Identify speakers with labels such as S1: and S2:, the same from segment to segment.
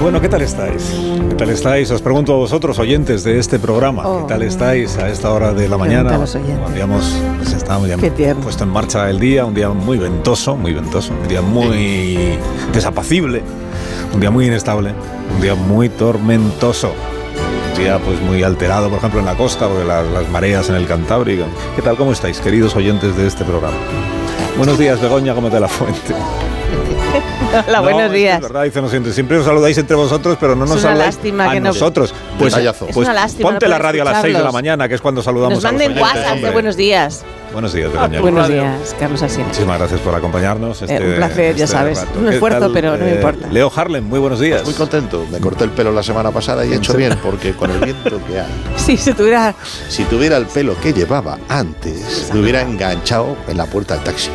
S1: Bueno, ¿qué tal estáis? ¿Qué tal estáis? Os pregunto a vosotros, oyentes de este programa,
S2: Oh.
S1: ¿qué tal estáis a esta hora de la
S2: Pregunta
S1: mañana?
S2: a los oyentes.
S1: Bueno, digamos, pues estamos ya
S2: Qué tierno.
S1: puesto en marcha el día, un día muy ventoso, muy ventoso, un día muy desapacible, un día muy inestable, un día muy tormentoso. Un día pues muy alterado, por ejemplo, en la costa, porque las, las mareas en el Cantábrico. ¿Qué tal? ¿Cómo estáis, queridos oyentes de este programa? Buenos días, Begoña Gómez de la Fuente.
S2: Hola,
S1: No, es
S2: buenos
S1: que
S2: días.
S1: Es verdad, dicen los oyentes. Siempre os saludáis entre vosotros, pero no nos
S2: una
S1: saludáis
S2: lástima
S1: a
S2: que no-
S1: nosotros. Pues,
S3: Detallazo.
S1: pues
S2: Es una lástima,
S1: ponte
S2: no
S1: la
S2: poder
S1: radio a las 6 de la
S2: escucharlos.
S1: mañana, que es cuando saludamos
S2: Nos
S1: a los
S2: manden
S1: oyentes,
S2: WhatsApp de
S1: hombre.
S2: buenos días.
S1: Buenos días, Begoña.
S2: buenos días, Carlos Asina.
S1: Muchísimas gracias por acompañarnos. este-
S2: un placer, ya
S1: este
S2: sabes.
S1: rato.
S2: Un
S1: ¿Qué eh,
S2: esfuerzo, pero no me importa.
S1: Leo Harlem, muy buenos días.
S3: Muy contento. Me corté el pelo la semana pasada y he hecho bien, porque con el viento que hay,
S2: Si se tuviera.
S3: si tuviera el pelo que llevaba antes, me hubiera enganchado en la puerta del taxi.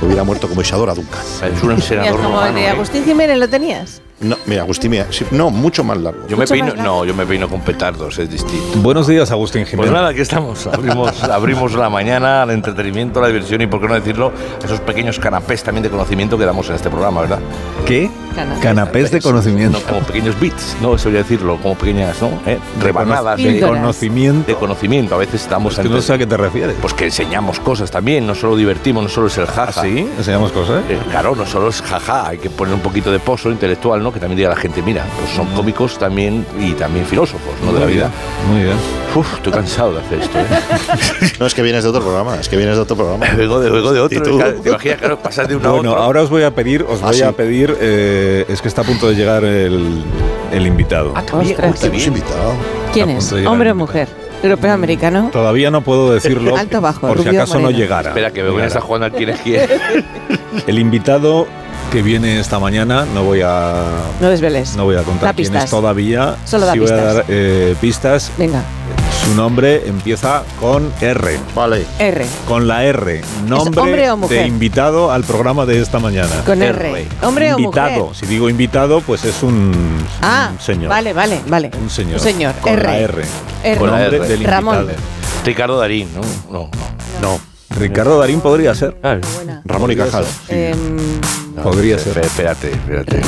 S3: Hubiera muerto como Isadora Duncan.
S4: Es un
S2: Tenías
S4: senador
S2: como el
S4: romano.
S2: de
S4: ¿eh?
S2: Agustín Jiménez, ¿lo tenías?
S3: No, mira, Agustín, mira, sí, no, mucho más largo.
S4: Yo me
S2: Mucho
S4: peino,
S2: más
S4: no, yo me peino con petardos, es distinto.
S1: Buenos días, Agustín
S4: Pues
S1: Jiménez.
S4: nada, aquí estamos. Abrimos, abrimos la mañana al entretenimiento, a la diversión y, por qué no decirlo, a esos pequeños canapés también de conocimiento que damos en este programa, ¿verdad?
S1: ¿Qué?
S2: Canapés.
S1: Canapés de conocimiento.
S4: No, como pequeños bits, no, eso voy a decirlo, como pequeñas, ¿no? ¿Eh? Rebanadas
S2: De
S4: de,
S2: conoc-
S1: Conocimiento.
S4: de conocimiento. A veces damos
S1: Es que
S4: a
S1: no sé
S4: entender-
S1: a qué te refieres.
S4: Pues que enseñamos cosas también, no solo divertimos, no solo es el jaja.
S1: ¿Así? ¿Ah, Enseñamos cosas.
S4: Eh, Claro, no solo es jaja, hay que poner un poquito de pozo intelectual, ¿no? Que también diga la gente, mira, pues son cómicos también y también filósofos, ¿no? De la
S1: Muy bien,
S4: vida.
S1: Muy bien.
S4: Uf, estoy cansado de hacer esto. ¿eh?
S3: No, es que vienes de otro programa, es que vienes de otro programa.
S4: Luego de, luego de
S3: ¿Y
S4: otro.
S3: tú?
S4: claro, Te imaginas, claro, pasar de uno
S1: Bueno,
S4: a otro.
S1: ahora os voy a pedir, os
S3: Ah,
S1: voy a
S3: sí.
S1: pedir, eh, es que está a punto de llegar el, el
S4: Ah,
S1: invitado.
S2: Ah, Ostras.
S3: Te hemos invitado.
S2: ¿Quién
S1: a
S2: es?
S1: punto de llegar
S2: ¿Hombre
S1: el
S2: o mujer? ¿Europeo-americano?
S1: Todavía no puedo decirlo
S2: Alto, bajo,
S1: por si
S2: rubio,
S1: acaso no
S2: moreno.
S1: llegara.
S4: Espera, que Begoña
S1: Llegara.
S4: está jugando al quién es quién.
S1: El invitado que viene esta mañana, no voy a,
S2: No desveles.
S1: no voy a
S2: Da
S1: contar quién
S2: pistas.
S1: es todavía.
S2: Solo da
S1: sí voy a
S2: pistas.
S1: dar eh, pistas.
S2: Venga,
S1: Su nombre empieza con R.
S3: Vale.
S2: R.
S1: Con la R. Nombre
S2: hombre o mujer?
S1: de invitado al programa de esta mañana.
S2: Con R.
S4: R.
S2: ¿Hombre
S1: invitado.
S2: o mujer?
S1: Si digo invitado, pues es un,
S2: Ah,
S1: un señor.
S2: vale, vale, vale.
S1: Un señor.
S2: Un señor.
S1: Con
S2: R.
S1: la R.
S2: R.
S4: Con la
S1: Nombre
S4: R.
S1: del
S2: Ramón.
S1: invitado.
S4: Ricardo Darín, ¿no? No, no.
S3: No,
S1: Ricardo Darín podría ser.
S4: Ah,
S2: Buena.
S3: Ramón y Cajal.
S2: Em,
S4: no,
S1: Podría
S4: esp-
S1: ser.
S4: Espérate, espérate.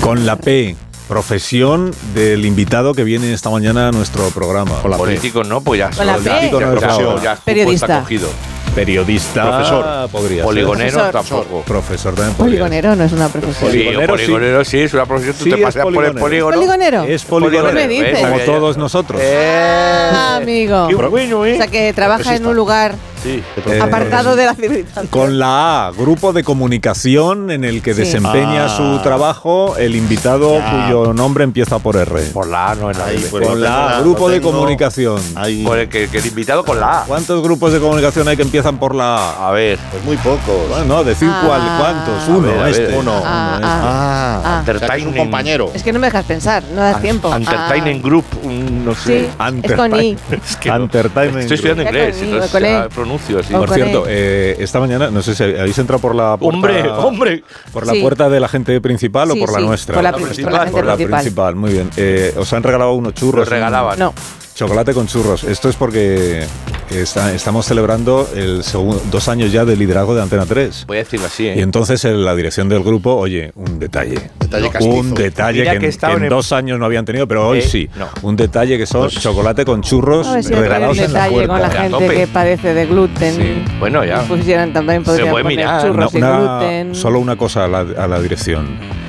S1: Con la P. Profesión del invitado que viene esta mañana a nuestro programa.
S3: Con la P.
S4: Político no, pues ya.
S2: Con
S4: ya-
S2: la P.
S4: ya-
S2: Político
S1: no,
S4: ya-
S1: profesión.
S4: ya- ya-
S2: Periodista.
S4: está cogido.
S1: Periodista.
S3: Profesor.
S1: Podría ser.
S4: Poligonero
S2: Profesor.
S4: tampoco.
S1: Profesor también. podría ser.
S2: Poligonero no es una profesión.
S4: Sí,
S1: Poligonero,
S4: poligonero,
S1: sí.
S4: sí. es una profesión. Tú
S1: Sí,
S4: te
S1: es
S4: paseas por el
S1: poligonero.
S4: polígono.
S2: ¿Poligonero?
S1: Es poligonero.
S2: ¿Qué me dices?
S1: Como
S4: Eh,
S1: todos
S4: eh,
S1: nosotros.
S4: eh.
S2: Ah, amigo.
S4: Qué bueno, ¿eh?
S2: O sea, que trabaja en
S3: Progresista.
S2: un lugar
S4: Sí.
S1: Eh,
S2: apartado de la civilización.
S1: Con la A, grupo de comunicación en el que
S2: Sí.
S1: desempeña
S3: Ah.
S1: su trabajo el invitado
S3: Ya.
S1: cuyo nombre empieza por R.
S4: Por la A, no en la
S3: Ahí,
S4: B.
S3: pues,
S1: con
S3: no tengo
S1: la A,
S3: nada,
S1: grupo
S3: no
S1: de
S3: tengo-
S1: comunicación.
S3: Hay
S4: Por el que, que el invitado con la A.
S1: ¿Cuántos grupos de comunicación hay que empiezan por la A?
S4: A ver.
S3: pues muy pocos.
S1: Bueno, no, decir
S2: Ah.
S1: cuál, cuántos.
S4: A
S1: Uno,
S4: ver, a ver.
S1: este.
S3: Uno.
S2: Ah,
S1: Uno,
S2: ah.
S3: Ah,
S2: Ah.
S3: o sea, que es un
S4: Entertaining.
S3: compañero.
S2: Es que no me dejas pensar, no das tiempo. Ah,
S4: Entertaining Group, un- no sé.
S2: Sí, es con I.
S4: Es que
S1: este.
S4: no.
S1: Entertainment
S4: Estoy
S1: Group.
S4: estudiando
S2: Group.
S4: inglés,
S2: Ya con I,
S4: entonces
S2: con E.
S4: ya pronuncio así.
S2: O
S1: Por
S2: con
S1: cierto,
S2: él.
S1: eh, esta mañana, no sé si habéis entrado por la puerta.
S4: Hombre, hombre.
S1: ¿Por la
S2: Sí.
S1: puerta de la gente principal
S2: Sí,
S1: o por la
S2: sí,
S1: nuestra?
S2: Por la,
S4: La
S2: pri- por la
S4: principal.
S2: gente
S1: Por la
S2: principal.
S1: principal, muy bien. Eh, os han regalado unos churros.
S4: Nos regalaban.
S2: No,
S1: un Chocolate con churros. Esto es porque está- estamos celebrando el segun- dos años ya de liderazgo de Antena 3.
S4: Voy a decirlo así,
S1: Y
S4: ¿eh?
S1: entonces en la dirección del grupo, oye, un detalle.
S3: Detalle
S1: Un
S3: castizo.
S1: detalle
S4: Mira
S1: que, en-
S4: que estaba
S1: en,
S4: en el-
S1: dos años no habían tenido, pero hoy
S4: Eh,
S1: sí.
S4: no.
S1: Un detalle que son chocolate con churros
S2: a ver si hay
S1: regalados
S2: un
S1: en la
S2: detalle
S1: puerta.
S2: con la
S4: A
S2: gente
S4: tope.
S2: que padece de gluten.
S1: Sí.
S4: Bueno, ya.
S1: Pues
S2: Y pusieran también, podrían
S4: puede
S2: poner
S4: mirar,
S2: churros
S1: Una-
S2: sin
S1: una-
S2: gluten.
S1: solo una cosa a la, a la dirección.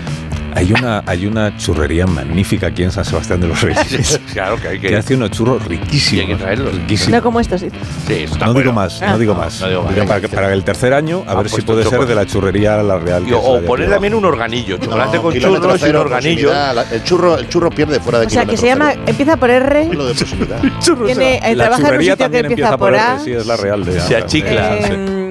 S1: Hay una, hay una churrería magnífica aquí en San Sebastián de los Reyes
S4: Claro que hay
S1: que
S4: que.
S1: hace unos churros
S4: Y
S1: riquísimos.
S4: hay que traerlos.
S1: riquísimos.
S2: No como estos, sí.
S4: Sí, eso está
S1: No
S4: bueno.
S1: digo más,
S2: Ah.
S1: no digo más.
S4: No digo más.
S1: Digo para, que- para el tercer año, a
S4: Ah,
S1: ver si
S4: pues
S1: puede
S4: tú
S1: ser
S4: chocolate.
S1: de la churrería a la real. que
S4: Y o-
S1: es la de
S4: o
S1: aquí
S4: poner
S1: abajo.
S4: también un organillo. Chocolate
S3: No,
S4: con
S3: kilómetro
S4: churros y un
S3: cero,
S4: organillo.
S3: proximidad, la- El churro, el churro pierde fuera de
S2: O sea, que
S3: kilómetro
S2: se llama,
S3: cero.
S2: empieza por R,
S3: Lo de proximidad.
S2: tiene, eh,
S1: La
S2: trabaja en un
S1: churrería
S2: sitio que
S1: también
S2: empieza por A.
S1: R, sí, es la real de
S4: Se achicla.
S1: Sí.
S2: em,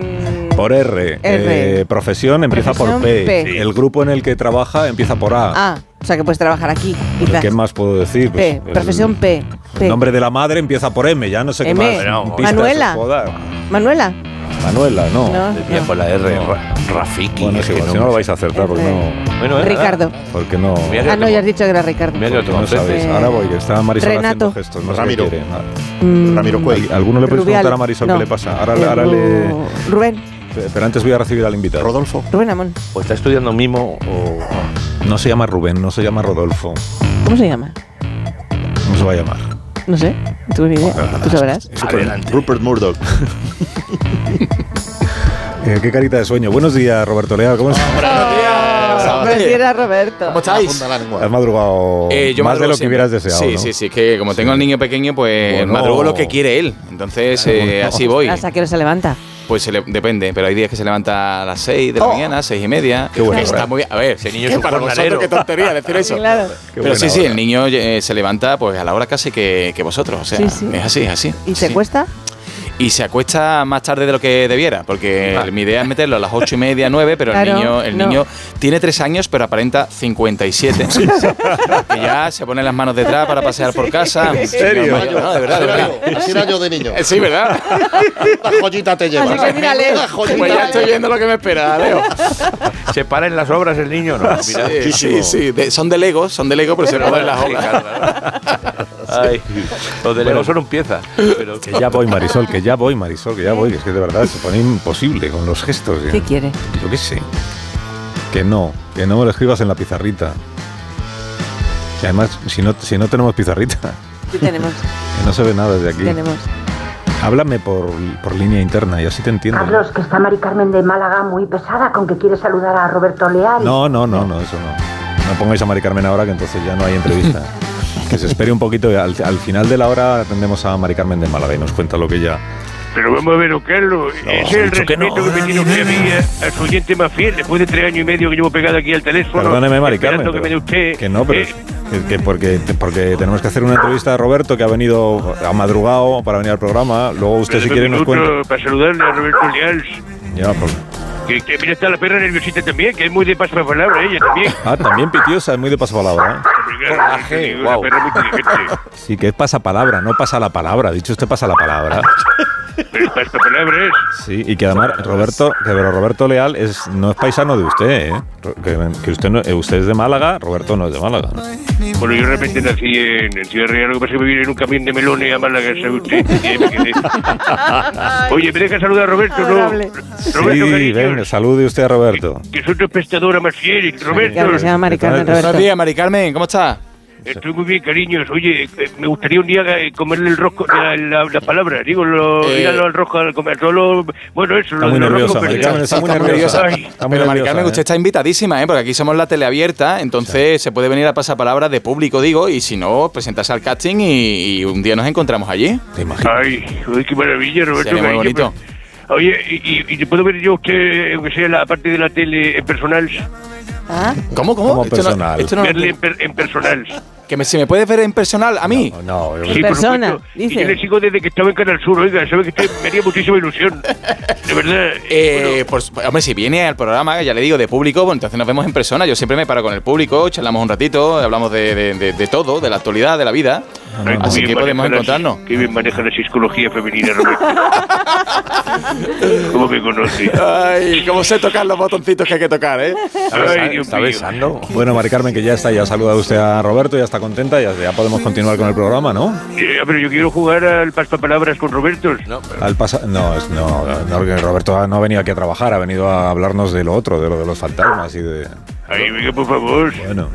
S1: Por E. R.
S2: R.
S1: Eh, profesión empieza por
S2: Profesión,
S1: P.
S2: P.
S1: El grupo en el que trabaja empieza por A.
S2: A. Ah, O sea que puedes trabajar aquí, quizás.
S1: ¿Qué más puedo decir? Pues,
S2: P,
S1: el-
S2: profesión P. P.
S1: El nombre de la madre empieza por M, ya no sé
S2: M.
S1: qué
S4: Bueno,
S1: más. pistas
S2: Manuela.
S1: os puedo dar.
S2: Manuela.
S1: Manuela, no.
S2: No.
S4: Bien, con la R,
S1: No.
S4: Ra- Rafiki.
S1: Bueno, es
S4: que
S1: igual, si no lo vais a acertar porque no.
S4: Bueno, eh,
S2: Este, Ricardo.
S1: Porque no.
S4: Mira que-
S2: Ah, no, ya has dicho que era Ricardo.
S4: Mira que
S1: porque no
S4: otro
S1: sabéis.
S2: Eh,
S1: Ahora voy, que está Marisol
S2: Renato.
S1: haciendo gestos. No sé
S3: Ramiro.
S1: qué quiere.
S2: Mm,
S3: Ramiro Cuey,
S1: Al- ¿Alguno le puede
S2: Rubial.
S1: preguntar a Marisol
S2: No.
S1: qué le pasa? Ahora,
S2: Eh,
S1: ahora le.
S2: Ru- Rubén.
S1: Pero antes voy a recibir al invitado.
S3: Rodolfo.
S2: Rubén Amón.
S4: O está estudiando mimo o.
S1: No se llama Rubén, no se llama Rodolfo.
S2: ¿Cómo se llama?
S1: ¿Cómo se va a llamar?
S2: No sé. No tengo ni idea. Tú sabrás.
S4: Adelante.
S3: Rupert Murdoch.
S1: Eh, qué carita de sueño. Buenos días, Roberto Leal. ¿Cómo estás?
S2: Hombre, si era Roberto.
S5: ¿Cómo estáis?
S3: Apunta la
S1: Has
S3: lengua.
S1: madrugado
S5: Eh, yo madrugo
S1: más de lo que
S5: siempre.
S1: hubieras deseado.
S5: Sí,
S1: ¿no?
S5: sí, sí, es que como tengo al niño pequeño, pues
S1: Bueno.
S5: madrugo lo que quiere él. Entonces, eh, así voy.
S2: ¿Hasta qué hora se levanta?
S5: Pues se le- depende, pero hay días que se levanta a las 6 de la mañana, 6 y media.
S1: Oh. Qué bueno,
S5: Que Está
S1: ¿verdad?
S5: muy bien. A ver, ese
S4: niño es un
S5: para vosotros,
S4: jornalero.
S5: qué tontería decir eso.
S2: Claro.
S5: Pero
S1: buena
S5: sí, sí,
S1: hora.
S5: el niño eh, se levanta pues a la hora casi que, que vosotros. O sea,
S2: Sí, sí.
S5: es así, es así.
S2: ¿Y se
S5: Sí.
S2: cuesta?
S5: Y se acuesta más tarde de lo que debiera, porque mi idea es meterlo a las ocho y media, nueve, pero
S2: Claro,
S5: el niño, el
S2: no.
S5: niño tiene tres años, pero aparenta 57. Que ya se pone las manos detrás para pasear por casa.
S2: ¿En
S1: serio?
S5: No, no, de verdad, de verdad.
S3: Así era yo de niño.
S5: Eh, Sí, ¿verdad?
S3: La joyita te lleva.
S2: Así que mírale.
S3: La joyita.
S5: Pues ya estoy viendo lo que me espera, Leo.
S4: Se para en las obras el niño, ¿no? Mira.
S5: Sí, sí, sí. De- son de Lego, son de Lego, pero se ponen las hojas.
S4: Ay, los de Lego son un pieza. Pero
S1: Que ya voy, Marisol, que ya voy, Marisol, que ya voy. que Es que de verdad se pone imposible con los gestos.
S2: ¿Qué quiere?
S1: Yo qué sé. Que no, que no me lo escribas en la pizarrita. Y además, si no, si no tenemos pizarrita,
S2: Sí tenemos,
S1: que no se ve nada desde aquí.
S2: tenemos.
S1: Háblame por, por línea interna y así te entiendo. ¿no?
S6: Carlos, que está Mari Carmen de Málaga muy pesada con que quiere saludar a Roberto Leal.
S1: No, no, no, no, eso no. No pongáis a Mari Carmen ahora, que entonces ya no hay entrevista. que se espere un poquito. y Al, al final de la hora atendemos a Mari Carmen de Málaga y nos cuenta lo que ella.
S7: Pero vamos a ver, don Carlos, ese es el respeto que, me
S1: Ah,
S7: tiene usted a mí, a- a su oyente más fiel, después de tres años y medio que llevo pegado aquí al teléfono.
S1: Perdóneme, Mari
S7: esperando
S1: Carmen.
S7: que me dé
S1: pero-
S7: usted.
S1: que no, pero.
S7: eh,
S1: es que porque, porque tenemos que hacer una entrevista a Roberto que ha venido a madrugado para venir al programa. Luego usted, si
S7: dos
S1: quiere, nos
S7: minutos
S1: cuenta.
S7: Para saludarle a Roberto Leal.
S1: Ya, pues. por-
S7: Que, que mira, está la perra nerviosita también, que es muy de pasapalabra ella también.
S1: Ah, también pitiosa, es muy de pasapalabra. ¿eh?
S7: Porque, claro,
S4: Coraje,
S7: te digo,
S4: guau.
S7: Una perra muy inteligente.
S1: Sí, que es pasapalabra, no pasa la palabra. Dicho usted, pasa la palabra.
S7: Pero pasapalabra es.
S1: Sí, y que además Roberto, que pero Roberto Leal es, no es paisano de usted, ¿eh? Ro- Que, que usted, no- eh, usted es de Málaga, Roberto no es de Málaga. ¿no?
S7: Bueno, yo de repente nací en, en Ciudad Real, lo que pasa es que me vine en un camión de melones a Málaga, ¿sabe usted? Y ahí me quedé. Oye, me deja saludar a Roberto, ¿no?
S2: Adorable.
S7: Roberto,
S1: Sí,
S7: cariño,
S1: venga, salude usted a Roberto.
S7: que soy tu espectadora más fiel,
S2: Y ahora que se
S7: Roberto.
S2: llama Mari Carmen
S5: Buenos
S2: Roberto.
S5: días, Mari Carmen, ¿cómo estás?
S7: Estoy muy bien, cariños. Oye, eh, me gustaría un día eh, comerle el rosco, la, la- la palabra, digo, lo,
S5: Eh.
S7: ir a lo- al rosco, al comer solo. Bueno, eso,
S1: Está
S7: lo
S1: muy
S7: del
S1: nerviosa,
S7: rosco, pero
S1: Mari
S7: ya-
S1: Carmen está muy
S5: Está muy
S1: nerviosa.
S7: nerviosa.
S1: Está
S5: Pero
S1: muy
S5: Mari
S1: nerviosa,
S5: Carmen, que usted
S1: ¿eh?
S5: está invitadísima, ¿eh? porque aquí somos la tele abierta, entonces se puede venir a pasar palabras de público, digo, y si no, presentarse al casting y, y un día nos encontramos allí.
S1: Te imagino.
S7: Ay, uy, qué maravilla, Roberto.
S5: Sería muy
S7: cariño,
S5: bonito.
S7: pero- Oye, y, y- y puedo ver yo a usted, aunque sea la parte de la tele, en personal?
S2: Ah,
S5: ¿Cómo, cómo?
S1: Como
S5: no-
S1: personal.
S5: esto no-
S7: Verle en, per- en personal.
S5: que me- si me puedes ver en personal, a mí.
S1: No, no, yo-
S7: Sí, por
S2: persona,
S7: supuesto. Y
S2: dice.
S7: yo le sigo desde que estaba en Canal Sur, oiga, sabe que usted me haría muchísima ilusión. De verdad.
S5: Eh, pues, hombre, si viene al programa, ya le digo, de público, bueno, entonces nos vemos en persona. Yo siempre me paro con el público, charlamos un ratito, hablamos de, de- de- de todo, de la actualidad, de la vida.
S7: Ay,
S5: Así
S7: qué
S5: que
S7: bien
S5: podemos
S7: maneja la-
S5: encontrarnos.
S7: Qué bien maneja la psicología femenina, Roberto. ¿Cómo me conoce?
S5: Ay, cómo sé tocar los botoncitos que hay que tocar, ¿eh?
S7: Ay, Dios
S4: ¿Está
S7: mío.
S4: besando?
S1: Bueno, Mari Carmen, que ya está, ya saluda usted a Roberto, ya está contenta, ya, ya podemos continuar con el programa, ¿no?
S7: Eh, pero yo quiero jugar al palabras con Roberto.
S4: No, pero-
S1: Al pasa- no, es- no, no, que Roberto ha- no ha venido aquí a trabajar, ha venido a hablarnos de lo otro, de lo de los fantasmas y de...
S7: Ay, venga, por favor.
S1: Bueno.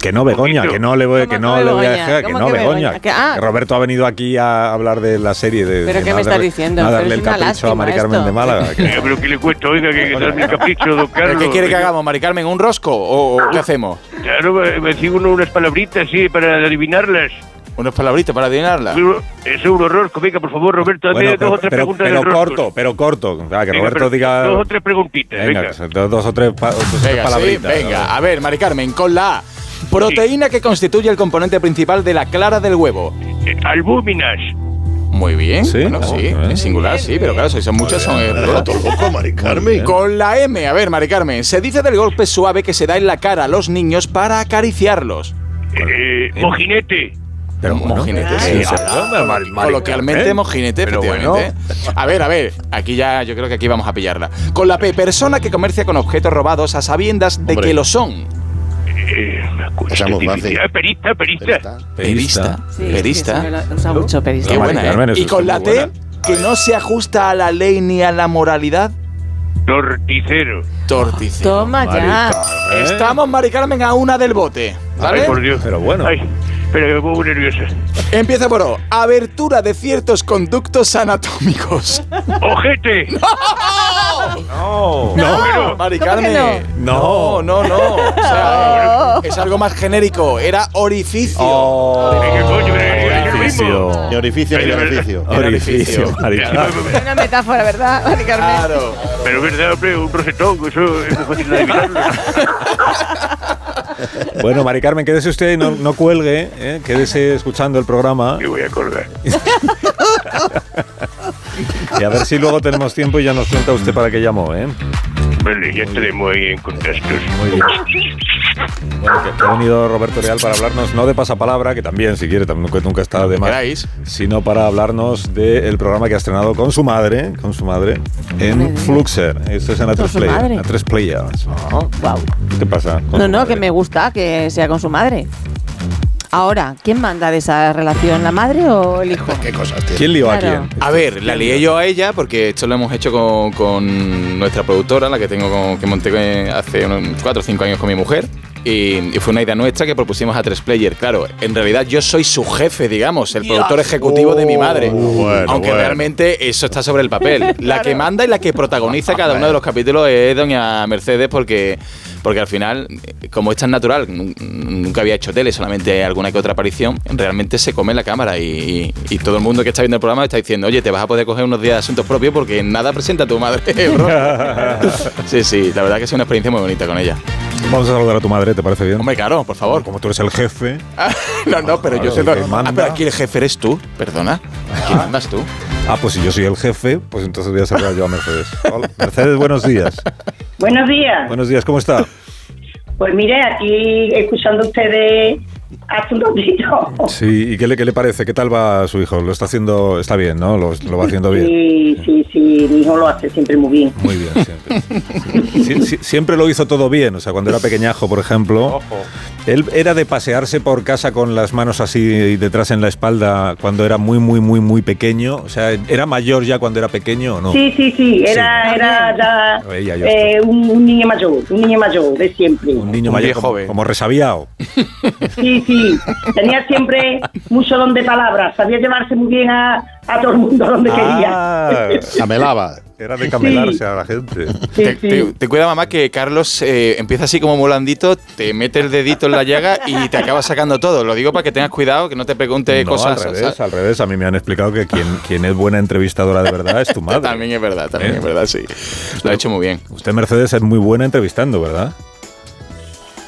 S1: Que no, Begoña,
S7: Poquito.
S1: que no le voy,
S2: ¿Cómo
S1: que
S2: que
S1: no le voy a
S2: Begoña?
S1: dejar, que
S2: ¿Cómo
S1: no,
S2: que
S1: Begoña.
S2: Begoña? Que- ah.
S1: que Roberto ha venido aquí a hablar de la serie de.
S2: ¿Pero
S1: de
S2: qué
S1: no
S2: me estás
S1: darle-
S2: diciendo?
S1: No
S2: Pero
S1: darle
S2: es
S1: el
S2: una
S1: capricho a
S2: lástima
S1: Mari Carmen de
S2: esto.
S1: Málaga. que-
S7: Venga, pero ¿qué le cuento? Oiga, que que darme el capricho, don
S5: ¿Pero
S7: Carlos.
S5: ¿Qué quiere que hagamos, Mari Carmen? ¿Un rosco? ¿O, o qué hacemos?
S7: Claro, me me decía uno unas palabritas, sí, para adivinarlas.
S5: Unas palabritas para adivinarla.
S7: Eso es un horror. Venga, por favor, Roberto, hazme
S1: Bueno,
S7: dos o tres
S1: pero,
S7: preguntas
S1: pero
S7: del rostro.
S1: corto, pero corto. Ah, que
S7: Venga,
S1: Roberto
S7: pero
S1: diga.
S7: Dos o tres preguntitas, venga.
S1: Venga, que dos, dos o tres, pa- dos o tres
S5: Venga, sí,
S1: palabritas.
S5: venga. A ver, Mari Carmen, con la A. Proteína que constituye el componente principal de la clara del huevo.
S7: Eh, Albúminas.
S5: Muy bien.
S1: Sí,
S5: Bueno, sí,
S1: ¿eh?
S5: en singular, sí, pero claro, si son muchas, son eh, plural.
S3: Todo loco, Mari Carmen.
S5: Con la M, a ver, Mari Carmen, se dice del golpe suave que se da en la cara a los niños para acariciarlos.
S7: Eh, mojinete.
S1: Pero bueno.
S5: Mojinete, sí,
S4: Eh,
S5: sí.
S4: ah, Mari- Mari
S5: Coloquialmente
S4: Carmen.
S5: mojinete,
S4: Pero
S5: efectivamente.
S4: bueno.
S5: A ver, a ver, aquí ya, yo creo que aquí vamos a pillarla. Con la P, persona que comercia con objetos robados a sabiendas de
S3: Hombre.
S5: que lo son.
S7: Eh, una cosa
S3: Esa es muy
S7: difícil.
S3: fácil.
S7: Ah, perista, perista.
S1: ¿eh? Perista.
S2: Sí,
S5: Perista.
S2: sí, eso me lo usa mucho perista.
S5: Qué
S1: Mari
S5: buena, ¿eh?
S1: Carmen, eso
S5: Y
S1: está
S5: con
S1: muy
S5: la T,
S1: buena.
S5: que no se ajusta a la ley ni a la moralidad.
S7: Torticero.
S5: Torticero.
S2: Toma ya.
S5: Estamos, Mari Carmen, a una del bote. ¿vale?
S7: Ay, por Dios.
S1: Pero bueno.
S7: Ay, espera, que me pongo nerviosa.
S5: Empieza por O. Abertura de ciertos conductos anatómicos.
S7: ¡Ojete!
S1: No.
S7: Pero,
S5: Mari
S2: Ah, ¿Cómo que
S5: Carmen.
S1: no?
S5: no, no. no. O sea, es algo más genérico. Era orificio.
S1: Oh.
S7: ¿qué coño? Pero, ¿Es lo mismo?
S3: Ni orificio ni
S7: Pero-
S3: beneficio.
S1: Ah. Orificio. Mari Carmen.
S2: Una metáfora, ¿verdad, Mari Carmen?
S5: Claro.
S7: Pero es verdad, hombre, un rosetón, eso es muy fácil de adivinarlo.
S1: Bueno, Mari Carmen, quédese usted, no, no cuelgue, ¿eh? quédese escuchando el programa
S7: Me voy a colgar.
S1: y a ver si luego tenemos tiempo y ya nos cuenta usted para qué llamó. ¿eh?
S7: Vale, ya estaremos ahí en contactos.
S1: Muy bien. Bueno, que, que ha venido Roberto Real para hablarnos, no de pasapalabra, que también, si quiere, también, que nunca está de más,
S5: queráis.
S1: sino para hablarnos del programa que ha estrenado con su madre, con su madre, en Fluxer. Esto es en
S2: Con
S1: A3
S2: su
S1: Player.
S2: madre.
S1: A3 Players.
S2: Oh, guau.
S1: ¿Qué te pasa? con
S2: No,
S1: tu
S2: no,
S1: madre?
S2: que me gusta que sea con su madre. Ahora, ¿quién manda de esa relación, la madre o el hijo?
S3: ¿Qué cosas tiene?
S1: ¿Quién lió a
S2: Claro.
S1: quién?
S5: A ver, la lié yo a ella porque esto lo hemos hecho con, con nuestra productora, la que tengo con- que monté eh, hace unos 4 o 5 años con mi mujer. Y, y fue una idea nuestra que propusimos a tres player. Claro, en realidad yo soy su jefe, digamos, el productor ejecutivo de mi madre.
S3: bueno,
S5: aunque
S3: bueno.
S5: realmente eso está sobre el papel. La que manda y la que protagoniza cada uno de los capítulos es doña Mercedes porque, porque al final, eh, como es tan natural, nun- nunca había hecho tele, solamente alguna que otra aparición, realmente se come la cámara y, y- y todo el mundo que está viendo el programa está diciendo, oye, te vas a poder coger unos días de asuntos propios porque nada presenta a tu madre. bro". sí, sí, la verdad que es una experiencia muy bonita con ella.
S1: Vamos a saludar a tu madre, ¿te parece bien?
S5: Hombre, claro, por favor.
S1: Como tú eres el jefe.
S5: no, no, pero yo
S1: Claro,
S5: sé...
S1: el que
S5: Ah,
S1: manda.
S5: pero aquí el jefe eres tú, perdona. Aquí mandas tú.
S1: Ah, pues si yo soy el jefe, pues entonces voy a saludar yo a Mercedes. Hola, Mercedes, buenos días.
S8: Buenos días.
S1: Buenos días, ¿cómo está?
S8: Pues mire, aquí escuchando ustedes hace un ratito.
S1: Sí, ¿y qué le, qué le parece? ¿Qué tal va su hijo? Lo está haciendo, está bien, ¿no? Lo, lo va haciendo bien.
S8: Sí, sí, sí, mi hijo lo hace siempre muy bien.
S1: Muy bien, siempre. Sí, sí, siempre lo hizo todo bien. O sea, cuando era pequeñajo, por ejemplo, él era de pasearse por casa con las manos así detrás en la espalda cuando era muy, muy, muy, muy pequeño. O sea, ¿era mayor ya cuando era pequeño o no?
S8: Sí, sí, sí, era,
S2: Sí.
S8: era ya
S1: Lo veía yo
S8: eh, un, un niño mayor, un niño mayor de siempre.
S1: Un niño
S5: Un
S1: mayor
S5: viejo
S1: como,
S5: joven.
S1: como resabiado.
S8: Sí, sí, tenía siempre mucho don de palabras, sabía llevarse muy bien a, a todo el mundo donde
S1: Ah,
S3: Camelaba.
S1: era de camelarse a la gente.
S8: quería.
S5: Te,
S8: Sí, sí.
S5: te- te cuida mamá que Carlos eh, empieza así como molandito, te mete el dedito en la llaga y te acaba sacando todo. Lo digo para que tengas cuidado, que no te pregunte
S1: No,
S5: cosas.
S1: al
S5: o
S1: revés,
S5: sea,
S1: al revés. A mí me han explicado que quien, quien es buena entrevistadora de verdad es tu madre.
S5: También es verdad, también
S1: ¿Eh?
S5: es verdad, sí. Lo ha hecho muy bien.
S1: Usted, Mercedes, es muy buena entrevistando, ¿verdad?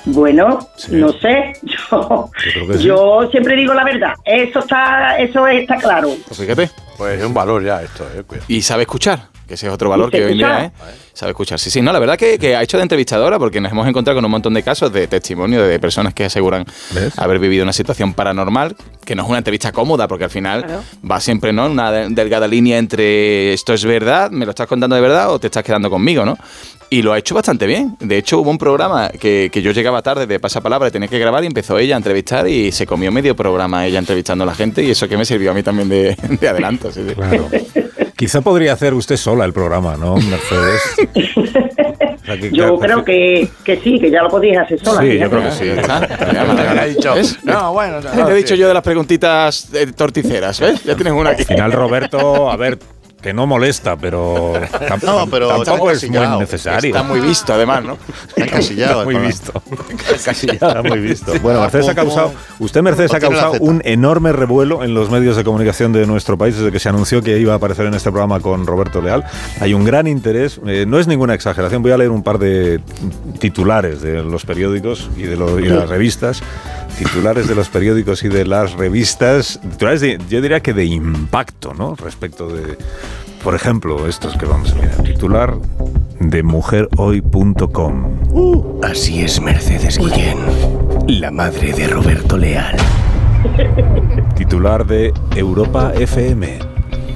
S8: Bueno,
S1: Sí.
S8: no sé, yo,
S1: creo que sí.
S8: yo siempre digo la verdad, eso está, eso está claro.
S5: Pues fíjate.
S4: Pues es un valor ya esto, eh, cuidado.
S5: Y sabe escuchar, que ese es otro valor que hoy en día, ¿eh?
S8: Escuchar.
S5: Sabe escuchar. Sí, sí, no, la verdad que, que ha hecho de entrevistadora porque nos hemos encontrado con un montón de casos de testimonio de personas que aseguran
S1: ¿Ves?
S5: haber vivido una situación paranormal, que no es una entrevista cómoda porque al final
S2: Claro.
S5: va siempre, ¿no? Una de- delgada línea entre esto es verdad, me lo estás contando de verdad o te estás quedando conmigo, ¿no? Y lo ha hecho bastante bien. De hecho, hubo un programa que, que yo llegaba tarde de pasapalabra y tenía que grabar y empezó ella a entrevistar y se comió medio programa ella entrevistando a la gente y eso que me sirvió a mí también de, de adelanto. sí, sí.
S1: Claro. Quizá podría hacer usted sola el programa, ¿no, Mercedes? O sea, que-
S8: Yo
S1: claro, pues,
S8: creo que, que sí, que ya lo podías hacer sola.
S1: Sí, yo
S8: fíjate.
S1: creo que
S5: Ah,
S1: sí.
S5: ya está. Ya me
S4: Le
S5: lo
S4: ha
S5: he
S4: dicho.
S5: dicho. ¿Ves?
S4: No, bueno, no,
S5: Te he
S4: sí.
S5: dicho yo de las preguntitas eh, torticeras, ¿ves? Ya tienes una aquí.
S1: Al final, Roberto, a ver, que no molesta, pero tamp-
S3: No, pero
S1: tampoco
S3: está
S1: es muy
S3: encasillado.
S1: necesario.
S5: Está muy visto, además, ¿no?
S3: Está encasillado. eh,
S1: Está
S3: el
S1: muy
S3: programa.
S1: visto. Está muy visto. Bueno,
S3: Ah,
S1: Mercedes ha
S3: como-
S1: causado, usted Mercedes ha
S3: como tiene la Z.
S1: causado un enorme revuelo en los medios de comunicación de nuestro país desde que se anunció que iba a aparecer en este programa con Roberto Leal. Hay un gran interés, eh, no es ninguna exageración, voy a leer un par de titulares de los periódicos y de, lo- y de las revistas. Titulares de los periódicos y de las revistas, titulares de- yo diría que de impacto, ¿no? Respecto de, por ejemplo, estos que vamos a mirar. Titular de mujerhoy.com.
S9: Así es Mercedes Guillén, la madre de Roberto Leal.
S1: titular de Europa FM,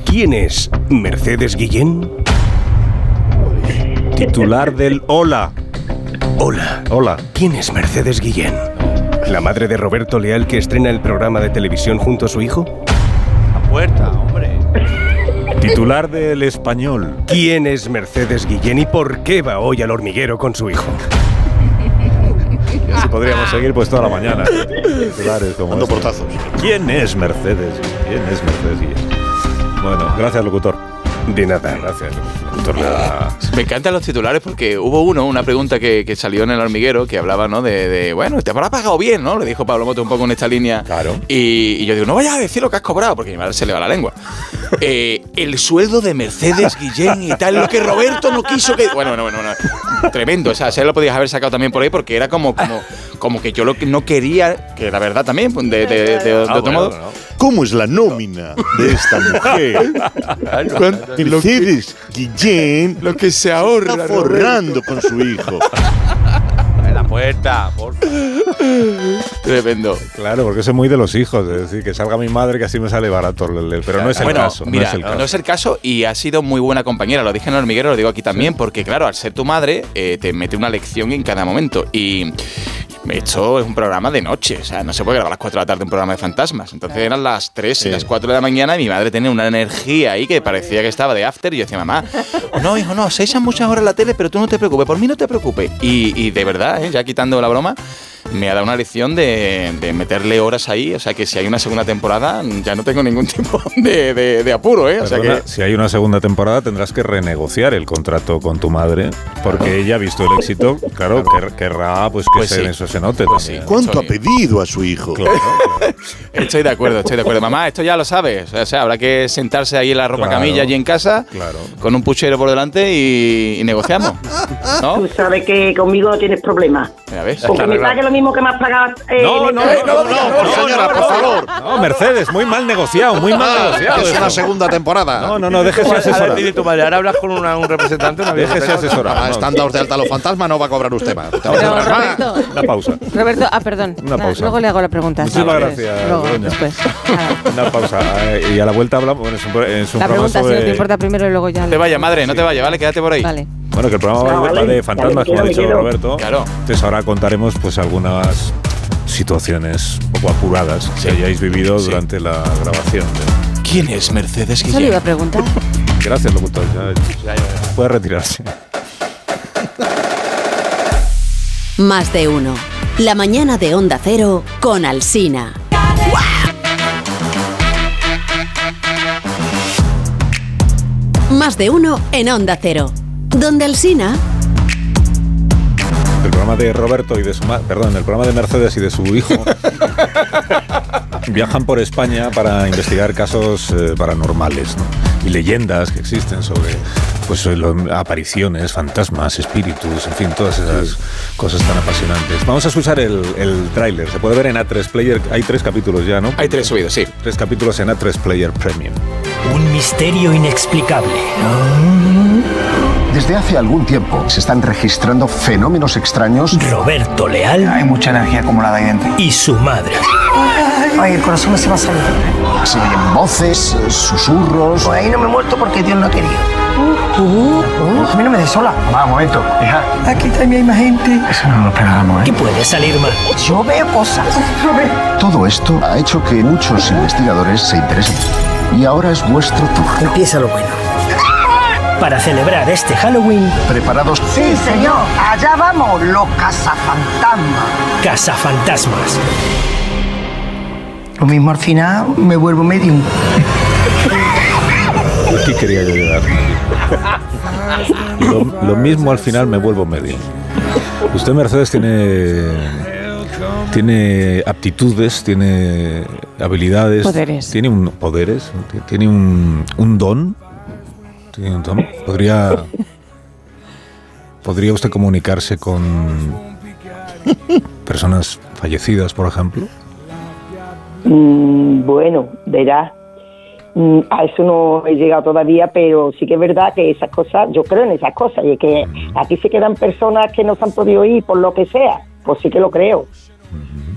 S9: ¿Quién es Mercedes Guillén?
S1: titular del Hola.
S9: Hola,
S1: Hola.
S9: ¿quién es Mercedes Guillén? ¿La madre de Roberto Leal que estrena el programa de televisión junto a su hijo?
S4: Puerta, hombre.
S1: Titular del Español,
S9: ¿Quién es Mercedes Guillén y por qué va hoy al hormiguero con su hijo?
S1: y así podríamos seguir pues toda la mañana. Titulares como
S3: Dando
S1: este.
S3: portazos.
S1: ¿Quién es Mercedes? ¿Quién es Mercedes? Bueno, gracias locutor.
S9: De nada.
S1: Gracias locutor. Ah,
S5: Me encantan los titulares porque hubo uno, una pregunta que, que salió en el hormiguero que hablaba, ¿no? De, de, bueno, te habrá pagado bien, ¿no? Le dijo Pablo Moto un poco en esta línea.
S1: Claro.
S5: Y, y yo digo, no vayas a decir lo que has cobrado, porque a mi madre se le va la lengua. Eh, el sueldo de Mercedes Guillén y tal, lo que Roberto no quiso que. Bueno, bueno, bueno. bueno. Tremendo. O sea, se lo podías haber sacado también por ahí porque era como, como, como que yo lo que no quería, que la verdad también, pues, de, de- de- de otro
S4: Ah, bueno,
S5: modo.
S4: bueno.
S3: ¿Cómo es la nómina de esta mujer? Mercedes Guillén
S5: Lo que se
S3: está
S5: ahorra.
S3: forrando con su hijo.
S4: Abre La puerta, por favor.
S5: Tremendo.
S1: Claro, porque soy muy de los hijos, es decir, que salga mi madre que así me sale barato, el- el- pero no es el
S5: bueno,
S1: caso.
S5: mira,
S1: no es el caso.
S5: caso y ha sido muy buena compañera. Lo dije en el hormiguero, lo digo aquí también, porque claro, al ser tu madre, eh, te mete una lección en cada momento. Y esto es un programa de noche, o sea, no se puede grabar a las 4 de la tarde un programa de fantasmas. Entonces eran las 3 y las 4 de la mañana y mi madre tenía una energía ahí que parecía que estaba de after. Y yo decía, mamá, no, hijo, no, se echan muchas horas la tele, pero tú no te preocupes, por mí no te preocupes. Y, y de verdad, eh, ya quitando la broma. Me ha dado una lección de, de meterle horas ahí, o sea que si hay una segunda temporada ya no tengo ningún tipo de, de- de apuro, ¿eh? O sea
S1: Perdona,
S5: que
S1: Si hay una segunda temporada tendrás que renegociar el contrato con tu madre, porque ella ha visto el éxito, claro, quer- querrá pues que
S5: Pues
S1: se-
S5: sí.
S1: eso se note.
S5: Pues
S1: también.
S5: sí.
S3: ¿Cuánto
S5: Soy-
S3: ha pedido a su hijo?
S5: Estoy de acuerdo, estoy de acuerdo. Mamá, esto ya lo sabes. O sea, habrá que sentarse ahí en la ropa
S1: Claro,
S5: camilla, allí en casa,
S1: claro.
S5: con un puchero por delante y, y negociamos. ¿No?
S8: Tú sabes que conmigo no tienes problema.
S5: Mira, ¿ves?
S8: Porque me pague lo mismo que me has pagado. eh, en esta-
S3: no, por señora, por favor.
S1: No, Mercedes, muy mal negociado, muy mal
S3: Ah,
S1: negociado.
S3: es
S1: eso.
S3: la segunda temporada.
S1: No, no, no, déjese
S4: A ver,
S1: asesorar.
S4: dile tu madre, ahora hablas con una- un representante. una
S1: Déjese
S4: bibliotecaria.
S1: asesorar.
S3: Ah,
S1: no.
S3: están dados de alta los fantasmas, no va a cobrar usted más. Te va a
S2: Pero,
S3: cobrar más.
S2: Roberto,
S1: Una pausa.
S2: Roberto, ah, perdón.
S1: Una
S2: Nada,
S1: pausa.
S2: Luego le hago la pregunta.
S1: Muchísimas
S2: Nada,
S1: gracias,
S2: después. Luego,
S1: Begoña.
S2: después. Nada.
S1: Una pausa. Eh, Y a la vuelta hablamos. Bueno, es un, pro- es un
S2: La
S1: programa
S2: pregunta, si no
S1: sobre-
S2: te importa primero y luego ya.
S5: No te vayas, madre, no te vayas, ¿vale? Quédate por ahí.
S2: Vale.
S1: Bueno, que el programa va,
S8: Ah,
S1: de- va
S8: vale.
S1: de fantasmas,
S8: Vale,
S1: como ha
S8: me
S1: dicho
S8: quedo, me quedo.
S1: Roberto.
S5: Claro.
S1: Entonces ahora contaremos pues algunas situaciones un poco apuradas que hayáis vivido
S5: Sí.
S1: durante la grabación.
S5: ¿Quién es Mercedes
S2: Eso le iba
S5: Guillén?
S2: a preguntar.
S1: Gracias, locutor. Ya, puede retirarse.
S10: Más de uno. La mañana de Onda Cero con Alsina. Más de uno en Onda Cero. Donde Alsina.
S1: El programa de Roberto y de su ma- perdón, el programa de Mercedes y de su hijo viajan por España para investigar casos eh, paranormales ¿no? y leyendas que existen sobre pues sobre lo- apariciones, fantasmas, espíritus, en fin, todas esas cosas tan apasionantes. Vamos a escuchar el, el tráiler. Se puede ver en A3 Player. Hay tres capítulos ya, ¿no?
S5: Hay tres subidos, sí.
S1: Tres capítulos en A3 Player Premium.
S9: Un misterio inexplicable.
S11: Desde hace algún tiempo se están registrando fenómenos extraños.
S9: Roberto Leal
S11: Hay mucha energía acumulada ahí dentro.
S9: y su madre.
S11: Ay, el corazón me se va a salir. Se oyen voces, eh, susurros. Por ahí no me he muerto porque Dios no ha querido. A mí no me des sola. Va, un momento, hija. Aquí también hay más gente. Eso no lo esperábamos, ¿eh?
S9: Puede salir mal.
S11: Yo veo cosas. Todo esto ha hecho que muchos investigadores se interesen. Y ahora es vuestro turno.
S9: Empieza lo bueno. Para celebrar este Halloween,
S11: ¿Preparados? Sí, señor. Allá vamos, los cazafantasmas.
S9: Cazafantasmas.
S11: Lo mismo al final me vuelvo medium.
S1: Aquí quería yo llegar. Lo, lo mismo al final me vuelvo medio. Usted, Mercedes, tiene, tiene aptitudes, tiene habilidades.
S2: Poderes.
S1: Tiene un, poderes, t- tiene un, un don. Tiene un don. Podría, podría usted comunicarse con personas fallecidas, por ejemplo.
S12: Mm, bueno, verás, mm, a eso no he llegado todavía, pero sí que es verdad que esas cosas, yo creo en esas cosas, y es que aquí se quedan personas que no se han podido ir por lo que sea, pues sí que lo creo.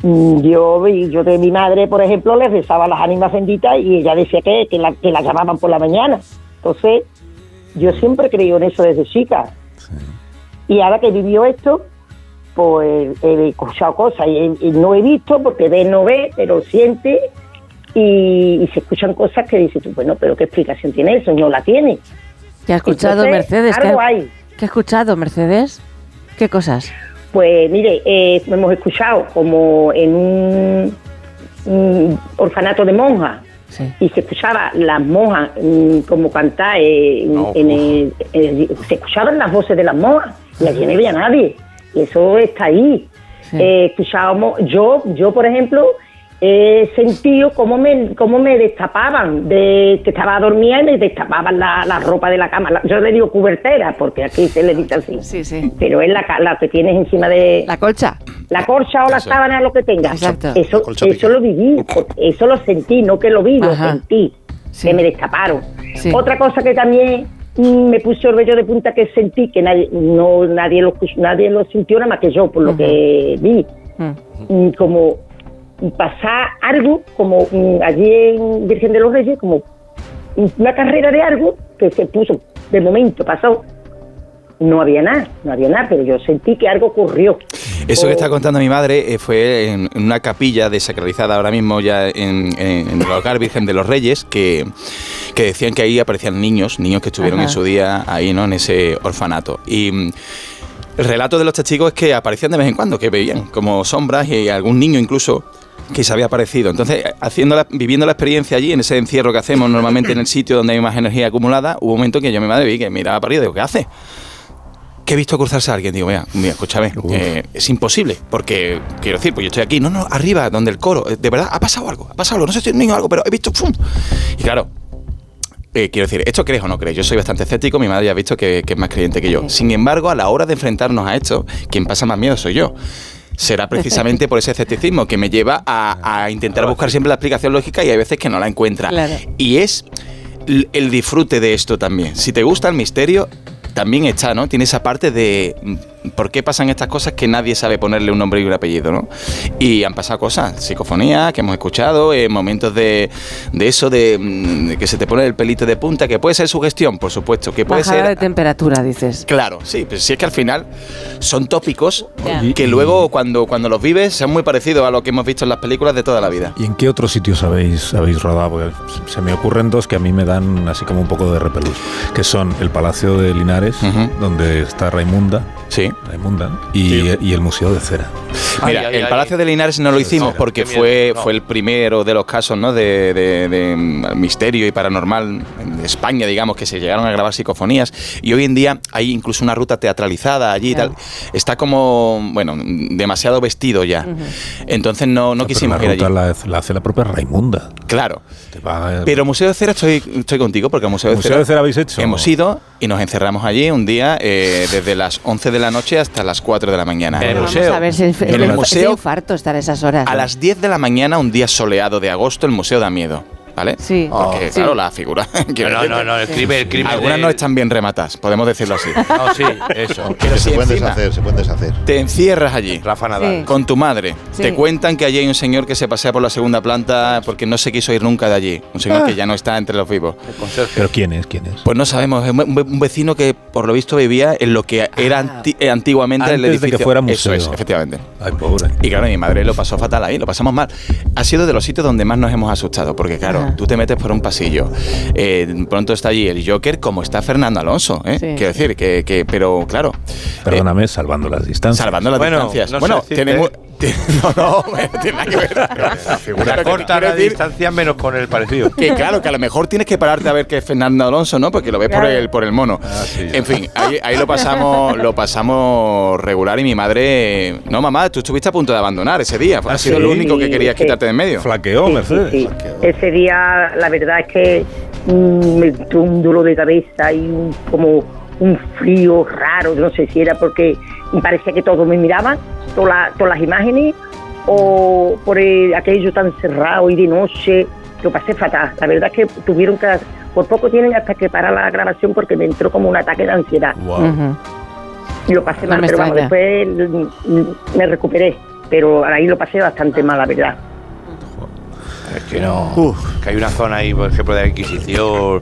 S12: Mm, Yo, y yo de mi madre, por ejemplo, le rezaba las ánimas benditas y ella decía que, que, la, que la llamaban por la mañana. Entonces, yo siempre he creído en eso desde chica. Y ahora que vivió esto, pues he escuchado cosas y, y no he visto porque ve no ve, pero siente y, y se escuchan cosas que dices tú, bueno, pero ¿qué explicación tiene eso? No la tiene.
S2: ¿Qué ha escuchado,
S12: Entonces,
S2: Mercedes? ¿Qué
S12: algo
S2: ha,
S12: hay.
S2: qué ha escuchado, Mercedes? ¿Qué cosas?
S12: Pues mire, eh, hemos escuchado como en un, un orfanato de monjas y se escuchaba las monjas mm, como cantar, eh, en el- el- se escuchaban las voces de las monjas y allí no había nadie. Y eso está ahí. Eh, escuchábamos, yo, yo por ejemplo, he sentido cómo me, cómo me destapaban, de que estaba dormida y me destapaban la, la ropa de la cama. La- yo le digo cubertera, porque aquí se le dice así. Pero es la, ca- la que tienes encima de...
S2: La colcha.
S12: La colcha o la
S2: Eso.
S12: sábana, lo que tengas.
S2: Exacto.
S12: Eso,
S2: La colcha
S12: eso lo viví, porque eso lo sentí, no que lo vi, lo
S2: Ajá.
S12: sentí, que me destaparon. Otra cosa que también mm, me puso el vello de punta que sentí, que nadie, no, nadie, lo, escuch- nadie lo sintió nada más que yo, por lo que vi mm, como pasar algo, como mm, allí en Virgen de los Reyes, como una carrera de algo que se puso, de momento pasó, no había nada, no había nada, pero yo sentí que algo ocurrió.
S5: Eso que está contando mi madre eh, fue en en una capilla desacralizada ahora mismo ya en, en- en el hogar Virgen de los Reyes, que, que decían que ahí aparecían niños, niños que estuvieron
S13: Ajá.
S5: en su día ahí, ¿no? En ese orfanato. Y mm, el relato de los testigos es que aparecían de vez en cuando, que veían como sombras y algún niño incluso que se había aparecido. Entonces, haciendo la- viviendo la experiencia allí, en ese encierro que hacemos normalmente en el sitio donde hay más energía acumulada, hubo un momento que yo mi madre vi que miraba para arriba y digo, ¿qué hace? que he visto cruzarse a alguien. Digo, mira, mira escúchame, eh, es imposible, porque quiero decir, pues yo estoy aquí, no, no, arriba, donde el coro, eh, de verdad, ha pasado algo, ha pasado algo, no sé si es niño o algo, pero he visto, ¡fum! Y claro, eh, quiero decir, ¿esto crees o no crees? Yo soy bastante escéptico, mi madre ya ha visto que, que es más creyente que yo. Sin embargo, a la hora de enfrentarnos a esto, quien pasa más miedo soy yo. Será precisamente por ese escepticismo que me lleva a, a intentar buscar siempre la explicación lógica y hay veces que no la encuentra.
S13: Claro.
S5: Y es l- el disfrute de esto también. Si te gusta el misterio, también está, ¿no? Tiene esa parte de mm, por qué pasan estas cosas que nadie sabe ponerle un nombre y un apellido, ¿no? Y han pasado cosas, psicofonías que hemos escuchado, eh, momentos de, de eso, de, mm, de que se te pone el pelito de punta, que puede ser sugestión, por supuesto, que puede
S2: Bajada de
S5: ser...
S2: temperatura, dices.
S5: Claro, sí, pero si es que al final son tópicos
S2: Ya.
S5: que luego cuando, cuando los vives son muy parecidos a lo que hemos visto en las películas de toda la vida.
S1: ¿Y en qué otros sitios habéis, habéis rodado? Porque se me ocurren dos que a mí me dan así como un poco de repelús, que son el Palacio de Linares, donde está Raimunda,
S5: sí.
S1: Raimunda ¿no? y, y el Museo de Cera.
S5: Mira,
S1: Ay, ay,
S5: el
S1: ay.
S5: Palacio de Linares no lo hicimos
S1: Cera.
S5: porque
S1: Qué miedo.
S5: fue,
S1: No.
S5: fue el primero de los casos ¿no? de, de- de mm, misterio y paranormal en España, digamos, que se llegaron a grabar psicofonías. Y hoy en día hay incluso una ruta teatralizada allí y tal. Está como, bueno, demasiado vestido ya. Entonces no, no
S1: Ah, Pero la
S5: quisimos ir allí.
S1: ruta la, la hace la propia Raimunda.
S5: Claro.
S1: va-
S5: Pero Museo de Cera estoy, estoy contigo porque al Museo de
S1: ¿Museo
S5: Cera,
S1: de Cera habéis hecho?
S5: hemos ido y nos encerramos allí un día eh, desde las 11 de la noche hasta las 4 de la mañana.
S2: Pero Vamos a ver si
S5: En el museo
S2: infarto estar a esas horas.
S5: a las 10 de la mañana, un día soleado de agosto, el museo da miedo. ¿Vale? Sí. Porque,
S2: Oh.
S5: claro,
S2: Sí.
S5: la figura.
S4: No, no, no, eh. no, el crimen- el crimen
S5: Algunas
S4: de-
S5: no están bien rematas, podemos decirlo así.
S4: No, sí, eso.
S5: Pero si
S3: se pueden
S5: encima-
S3: deshacer, se pueden deshacer.
S5: Te encierras allí.
S4: Rafa
S3: Nadal. Sí.
S5: Con tu madre.
S3: Sí.
S5: Te cuentan que allí hay un señor que se pasea por la segunda planta porque no se quiso ir nunca de allí. Un señor
S1: Ah.
S5: que ya no está entre los vivos.
S1: ¿Pero quién es? ¿Quién es?
S5: Pues no sabemos, es un un vecino que por lo visto vivía en lo que era anti- eh, antiguamente el
S1: Antes de
S5: edificio.
S1: que fuera
S5: Eso
S1: museo.
S5: es, efectivamente.
S1: Ay, pobre.
S5: Y claro, mi madre lo pasó fatal ahí, lo pasamos mal. Ha sido de los sitios donde más nos hemos asustado, porque claro,
S1: Ajá.
S5: tú te metes por un pasillo, eh, pronto está allí el Joker como está Fernando Alonso, ¿eh?
S1: Sí.
S5: Quiero decir, que, que- pero claro,
S1: Perdóname, salvando las distancias.
S5: salvando las distancias. bueno, tenemos, No, no, no tiene nada que ver.
S4: Una corta la distancia menos con el parecido.
S5: Que claro, que a lo mejor tienes que pararte a ver qué es Fernando Alonso, ¿no? Porque lo ves por
S4: Claro.
S5: el, por el mono.
S4: Ah,
S5: en fin, ahí, ahí lo pasamos lo pasamos regular y mi madre... eh, No, mamá, tú estuviste a punto de abandonar ese día.
S4: Ah,
S5: Ha sido
S12: sí?
S5: lo único que querías quitarte de en medio.
S1: Flaqueó,
S12: Sí, Ese día, la verdad es que mm, me tuvo un dolor de cabeza y un, como un frío raro, no sé si era porque parecía que todos me miraban, toda la- todas las imágenes, o por el- aquello tan cerrado y de noche, lo pasé fatal. La verdad es que tuvieron que, por poco tienen hasta que parar la grabación porque me entró como un ataque de ansiedad. Y lo pasé
S2: No
S12: mal,
S2: me
S12: pero vamos, después mm, me recuperé, pero ahí lo pasé bastante mal, la verdad.
S4: Es que no. Que hay una zona ahí, por ejemplo, de adquisición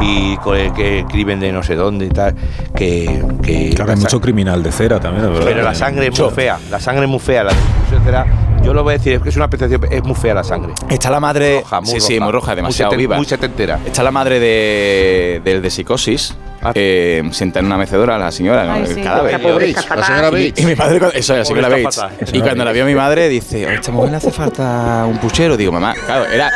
S4: y con el que escriben de no sé dónde y tal. Que, que
S1: Claro, hay mucho criminal de cera también, ¿verdad?
S4: Pero la sangre es muy fea, la sangre es muy fea, la discusión será- Yo lo voy a decir, es que es una apreciación, es muy fea la sangre.
S5: Está la madre.
S4: Roja, muy
S5: sí, sí,
S4: roja.
S5: muy roja,
S4: Muy
S5: demasiado
S4: seten-
S5: viva.
S4: muy setentera.
S5: Está la madre de, del de psicosis.
S4: Ah.
S5: eh, sentada en una mecedora la señora,
S4: Ay,
S5: el
S4: sí.
S5: cadáver.
S4: La pobreca La fatal. señora
S5: Y mi-
S4: Bates.
S5: Y, mi padre, cuando- eso, la señora
S4: Pobreca
S5: Bates.
S4: fatal.
S5: Y cuando la vio mi madre, dice: "Oh, Esta mujer le hace falta un puchero. Digo, mamá, claro, era.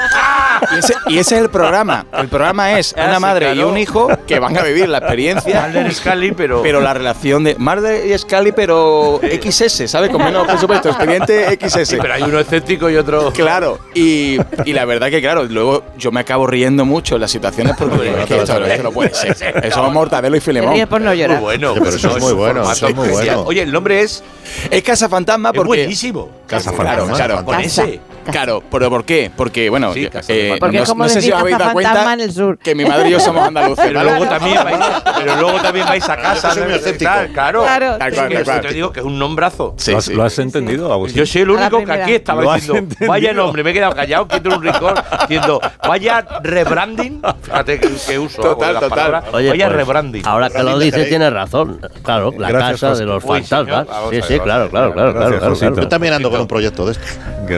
S5: Y ese, y ese es el programa. El programa
S4: Ah,
S5: es una madre y un hijo que van a vivir la experiencia.
S4: Mulder y Scully, pero-
S5: Pero la relación de. Mulder y Scully, pero XS, ¿sabes? Con menos, por supuesto, expediente XS.
S4: Pero hay uno escéptico y otro.
S5: Claro, y, y la verdad que, claro, luego yo me acabo riendo mucho en las situaciones porque digo, es que esto, esto no puede ser. Eso es mortadelo y filemón.
S2: Te ríes por no llorar.
S4: Muy bueno,
S5: Pero eso es muy
S4: un
S5: bueno,
S4: formato
S5: eso es muy
S4: especial.
S5: bueno.
S4: Oye, el nombre es.
S5: Es Casa Fantasma porque.
S4: buenísimo.
S5: Casa
S4: Fantasma.
S5: Claro, claro.
S4: Con Casa. ese.
S5: Claro, pero ¿por qué? Porque, bueno, eh,
S2: Porque
S5: no,
S2: es como
S5: no sé
S2: decir
S5: si os habéis
S2: caza
S5: dado cuenta
S2: fantasma en el sur.
S5: que mi madre y yo somos andaluces.
S4: Pero
S5: ¿vale?
S4: luego también vais, pero luego también vais a casa.
S5: soy muy
S4: ¿no?
S5: escéptico.
S4: Tal, Claro.
S5: Claro,
S4: Tal
S5: sí.
S4: cual, tal cual.
S5: Sí.
S4: Te digo que es un nombrazo.
S1: ¿Lo has, lo has entendido, Agustín?
S4: Yo soy el
S1: A la
S4: único que
S1: primera.
S4: aquí estaba
S1: Pues Lo has
S4: diciendo,
S1: entendido.
S4: vaya nombre, me he quedado callado, quieto en un rincón, diciendo, vaya rebranding, fíjate que, que uso hago de las palabras, vaya
S13: pues,
S4: rebranding.
S13: Ahora que lo
S4: Rebranding
S13: dice,
S4: tenéis.
S13: tiene razón. Claro, la
S4: Gracias,
S13: casa
S4: José.
S13: de los
S4: Uy, señor,
S13: fantasmas.
S4: vamos
S13: Sí,
S4: a
S13: sí,
S4: ver,
S13: claro,
S4: vamos
S13: claro,
S4: a ver.
S13: claro,
S4: Gracias,
S13: claro, claro,
S4: Josito.
S13: claro.
S4: Yo también ando con un
S3: proyecto de esto.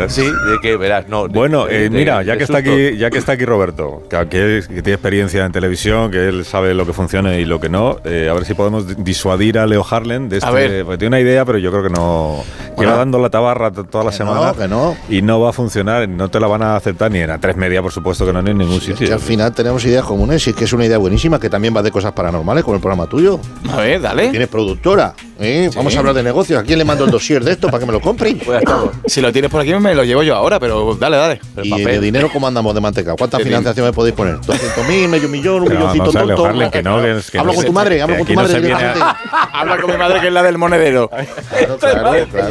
S4: Sí, de que verás, no. de-
S1: Bueno,
S4: de-
S1: eh,
S4: de-
S1: mira,
S4: de
S1: ya que está
S4: susto.
S1: aquí, ya que está aquí Roberto, que, que es- que tiene experiencia en televisión, que él sabe lo que funciona y lo que no, eh, a ver si podemos di- disuadir a Leo Harlan de
S3: A
S1: este,
S3: ver.
S1: porque tiene una idea, pero yo creo que no lleva dando la tabarra t- toda la semana
S3: no, que no.
S1: y no va a funcionar, no te la van a aceptar ni en a tres media, por supuesto que no ni en ningún
S3: Que
S1: sitio.
S3: al final tenemos ideas comunes y es que es una idea buenísima que también va de cosas paranormales como el programa tuyo.
S5: A ver, dale.
S3: Tienes productora. ¿eh? Vamos a hablar de negocios. ¿A quién le mando el dossier de esto para que me lo compre?
S1: Pues,
S5: Si lo tienes por aquí, me lo llevo yo ahora, pero dale, dale.
S3: ¿Y de dinero cómo andamos de manteca? ¿Cuánta
S5: Sí, sí.
S3: financiación me podéis poner? ¿200.000, medio millón, un
S1: Pero
S3: milloncito
S1: vamos a Leo
S3: tonto?
S1: Harlan, que no, que es- que
S3: hablo
S1: no
S3: con
S1: se-
S3: tu madre,
S1: que
S3: hablo con tu
S1: aquí no
S3: madre.
S1: se viene a-
S3: directamente.
S5: Habla con mi madre que es la del monedero.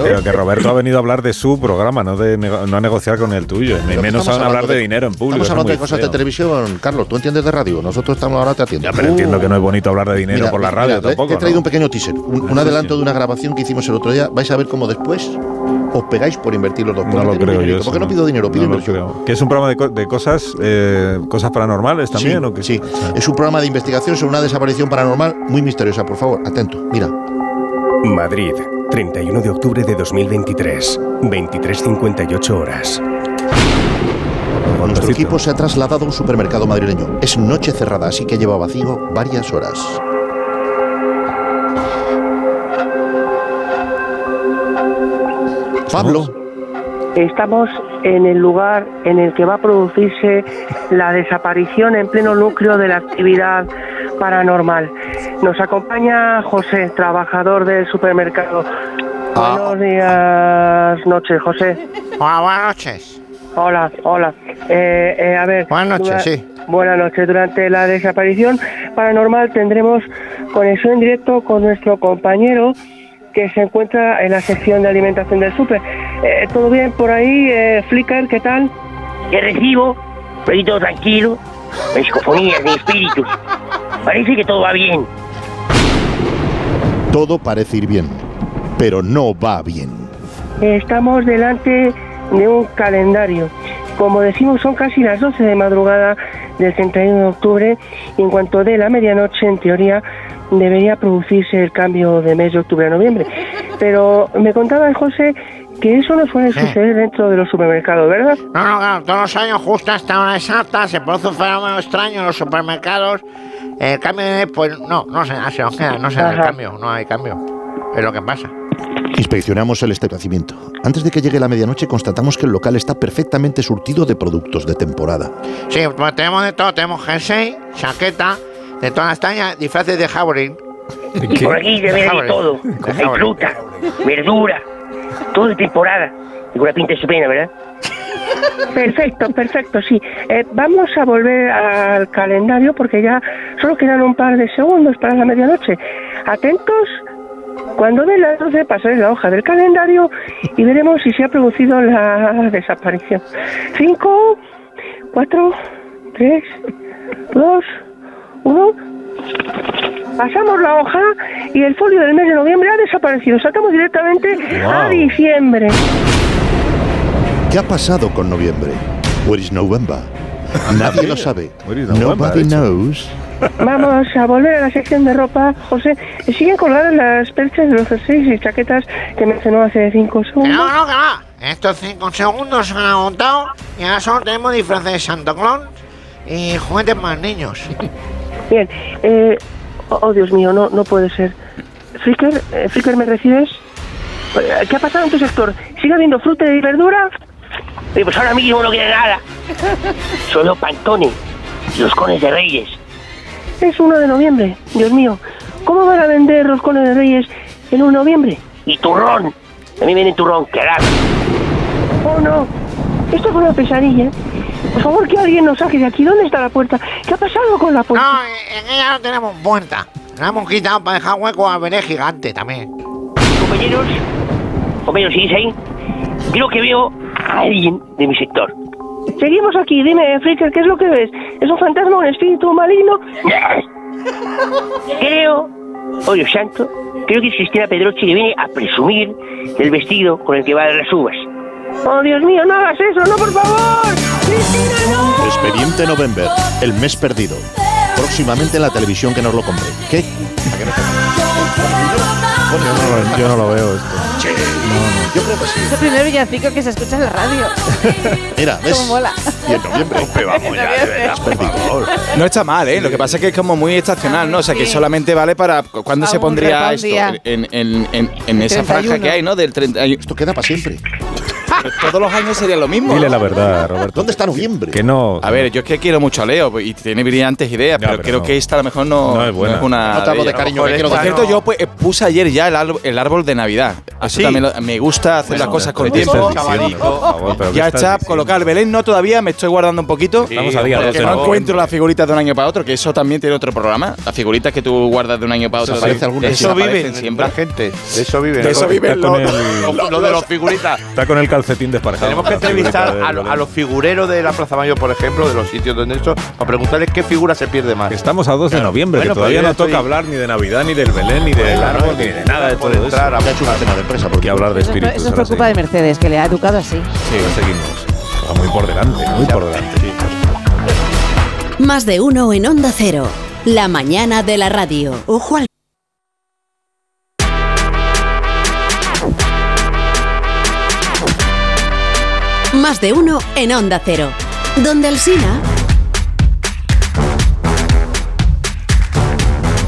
S1: Pero que Roberto ha venido a hablar de su programa, no, de nego- no a negociar con el tuyo. Ni
S3: Pero
S1: menos
S3: estamos
S1: aún a hablar
S3: hablando
S1: de, dinero en
S3: Estamos
S1: público. eso es
S3: hablando
S1: muy
S3: de cosas
S1: feo.
S3: de televisión, Carlos. Tú entiendes de radio. Nosotros estamos ahora te atiendo.
S1: Pero
S3: Uh.
S1: entiendo que no es bonito hablar de dinero
S3: Mira,
S1: por la
S3: mira,
S1: radio
S3: mira, te-
S1: tampoco.
S3: Te he
S1: ¿no? Ah,
S3: traído un pequeño teaser, un, un adelanto de una grabación que hicimos el otro día. Vais a ver cómo después os pegáis por invertir los dos.
S1: No lo creo yo.
S3: Porque no pido dinero, pido inversión.
S1: Que es un programa de, co- de cosas, eh, cosas paranormales también.
S3: Sí,
S1: ¿o qué? Ah.
S3: sí. Es un programa de investigación sobre una desaparición paranormal muy misteriosa. Por favor, atento. Mira.
S9: Madrid, 31 de octubre de 2023, 23.58 horas.
S3: Nuestro equipo se ha trasladado a un supermercado madrileño. Es noche cerrada, así que lleva vacío varias horas. Pablo.
S14: Estamos en el lugar en el que va a producirse la desaparición en pleno núcleo de la actividad paranormal. Nos acompaña José, trabajador del supermercado.
S4: Ah.
S14: Buenos días, noches, José. buenas noches. Hola, hola. Eh, eh, a ver.
S15: Buenas noches,
S14: dura-
S15: sí.
S14: Buenas noches. Durante la desaparición paranormal tendremos conexión en directo con nuestro compañero que se encuentra en la sección de alimentación del súper. Eh, ¿Todo bien por ahí, eh, Flickr? ¿Qué tal?
S16: Te recibo, estoy todo tranquilo, mis psicofonías, mis espíritus. Parece que todo va bien.
S3: Todo parece ir bien, pero no va bien.
S14: Estamos delante de un calendario. Como decimos, son casi las 12 de madrugada del 31 de octubre y en cuanto dé la medianoche, en teoría, debería producirse el cambio de mes de octubre a noviembre. Pero me contaba el José que eso no suele suceder dentro de los supermercados, ¿verdad?
S15: No, no, claro, todos los años, justo hasta hora exacta, se produce un fenómeno extraño en los supermercados. Eh, El cambio de mes, pues no, no se, da, se nos queda, no se da el
S14: Ajá.
S15: cambio, no hay cambio. Es lo que pasa.
S3: Inspeccionamos el establecimiento. Antes de que llegue la medianoche constatamos que el local está perfectamente surtido de productos de temporada.
S15: Sí, pues tenemos de todo. Tenemos jersey, chaqueta, de todas las tallas, disfraces de Howling.
S16: Y por aquí se ve de todo. Hay fruta, verdura, todo de temporada. Y con la pinta estupenda, ¿verdad?
S14: Perfecto, perfecto, sí. Eh, vamos a volver al calendario porque ya solo quedan un par de segundos para la medianoche. Atentos, cuando den las 12 pasaré la hoja del calendario y veremos si se ha producido la desaparición. 5, 4, 3, 2, 1. Pasamos la hoja y el folio del mes de noviembre ha desaparecido. Saltamos directamente a
S3: Guau.
S14: diciembre.
S3: ¿Qué ha pasado con noviembre? Where is November? Nadie lo sabe.
S14: November, de
S3: Nobody
S14: hecho.
S3: knows.
S14: Vamos a volver a la sección de ropa, José. Eh, Siguen colgadas las perchas de los jerseys y chaquetas que mencionó hace cinco
S15: Que no,
S14: segundos.
S15: no, que va. Estos cinco segundos se han agotado y ahora solo tenemos disfraces de Santo Claus y juguetes más niños.
S14: Bien, eh, oh, oh, Dios mío, no, no puede ser. Flicker, eh, Flicker, ¿me recibes? Eh, ¿Qué ha pasado en tu sector? ¿Sigue habiendo fruta y verdura?
S16: Oye, pues ahora mismo no queda nada. Solo pantones, los cones de reyes.
S14: Es 1 de noviembre, Dios mío. ¿Cómo van a vender roscones de reyes en un noviembre?
S16: Y turrón. A mí viene turrón, carajo.
S14: Oh, no. Esto fue una pesadilla. Por favor, que alguien nos saque de aquí. ¿Dónde está la puerta? ¿Qué ha pasado con la puerta?
S15: No, en ella no tenemos puerta. La hemos quitado para dejar hueco a Belé Gigante también.
S16: Compañeros, compañeros, ¿sí ahí? Creo que veo a alguien de mi sector.
S14: Seguimos aquí, dime, Flicker, ¿qué es lo que ves? ¿Es un fantasma, un espíritu maligno?
S16: Creo, oh Dios santo, creo que es Cristina Pedroche que viene a presumir del vestido con el que va a dar las uvas.
S14: Oh, Dios mío, no hagas eso, no, por favor.
S3: Expediente November, el mes perdido. Próximamente en la televisión que nos lo compre. ¿Qué?
S1: Yo no lo veo esto.
S3: Yo creo que sí.
S2: Es el primer villancico que se escucha en la radio.
S3: Mira,
S2: ¿Cómo mola?
S3: Y en noviembre.
S4: vamos ya, de verdad, por favor.
S5: No está mal, ¿eh? Lo que pasa es que es como muy estacional, ¿no? O sea, que solamente vale para... ¿Cuándo se
S4: Algún
S5: pondría
S4: repa, un
S5: esto?
S4: día.
S5: En, en- en- en esa
S4: 31.
S5: franja que hay, ¿no? Del 30... Esto
S3: queda para siempre.
S2: Ah.
S5: Todos los años sería lo mismo.
S1: Dile la verdad, Roberto.
S3: ¿Dónde está noviembre?
S1: Que no.
S5: A ver, yo es que quiero mucho a Leo pues, y tiene brillantes ideas, pero,
S1: pero
S5: creo
S1: no.
S5: que esta a lo mejor no,
S1: No es buena.
S5: una.
S1: No te hago de
S5: ellas.
S1: cariño, que quiero
S5: Por
S1: que-
S5: cierto, yo pues, eh, puse ayer ya el, árbol- el árbol de Navidad. Eso también lo- me gusta hacer
S1: ¿Ah, Bueno,
S5: las cosas con
S1: pero ¿qué
S5: tiempo.
S1: estás diciendo, por favor? Ah, ¿Pero qué
S5: ya
S1: estás
S5: está
S1: diciendo?
S5: colocar el Belén, no todavía, me estoy guardando un poquito.
S1: Estamos a día
S5: porque
S1: doce,
S5: no
S1: ¿no?
S5: encuentro las figuritas de un año para otro, que eso también tiene otro programa. Las figuritas que tú guardas de un año para
S4: Eso
S5: otro.
S4: sí. Eso viven
S5: siempre.
S4: la gente. De eso viven.
S5: De eso viven los-
S4: Lo, de los figuritas.
S1: Está con el calcetín desparados.
S4: Tenemos que entrevistar a, lo- a los figureros de la Plaza Mayor, por ejemplo, de los sitios donde esto, para preguntarles qué figura se pierde más.
S1: Estamos a 2 de noviembre,
S4: Bueno,
S1: que todavía
S4: pero yo
S1: no
S4: estoy-
S1: toca hablar ni de Navidad, ni del Belén, ni del árbol, ni de nada de todo eso.
S4: entrar
S1: Ya
S3: ha hecho un tema de empresa, porque
S1: que hablar de
S2: Eso, es-
S1: espíritus.
S2: eso es por culpa de Mercedes, que le ha educado así.
S1: Sí, lo seguimos. Está muy por delante, muy por delante.
S10: Más de uno en Onda Cero. La mañana de la radio. Ojo al... Más de uno en Onda Cero. Donde Alsina.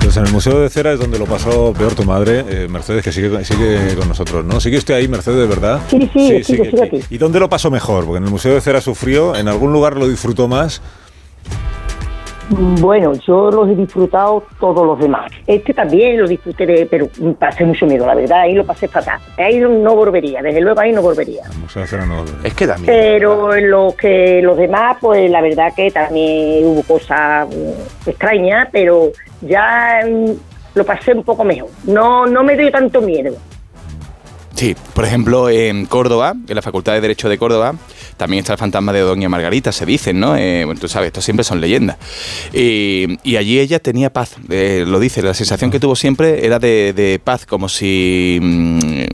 S1: Pues en el Museo de Cera es donde lo pasó peor tu madre, eh, Mercedes, que sigue, sigue con nosotros, ¿no? ¿Sigue usted ahí, Mercedes, verdad?
S12: Sí, sí, sigue, sigue aquí.
S1: ¿Y dónde lo pasó mejor? Porque en el Museo de Cera sufrió, en algún lugar lo disfrutó más.
S12: Bueno, yo los he disfrutado todos los demás. Este también lo disfruté, de- pero pasé mucho miedo, la verdad, ahí lo pasé fatal. Ahí no volvería, desde luego ahí no volvería.
S1: El Museo de Cera no.
S4: Es que da
S12: Pero en lo que los demás, pues la verdad que también hubo cosas mm, extrañas, pero ya mm, lo pasé un poco mejor. No, no me dio tanto miedo.
S5: Sí, por ejemplo, en Córdoba, en la Facultad de Derecho de Córdoba, también está el fantasma de Doña Margarita, se dicen, ¿no? Eh, bueno, tú sabes, esto siempre son leyendas. Y, y allí ella tenía paz, eh, lo dice, la sensación que tuvo siempre era de, de paz, como si mm, hubiese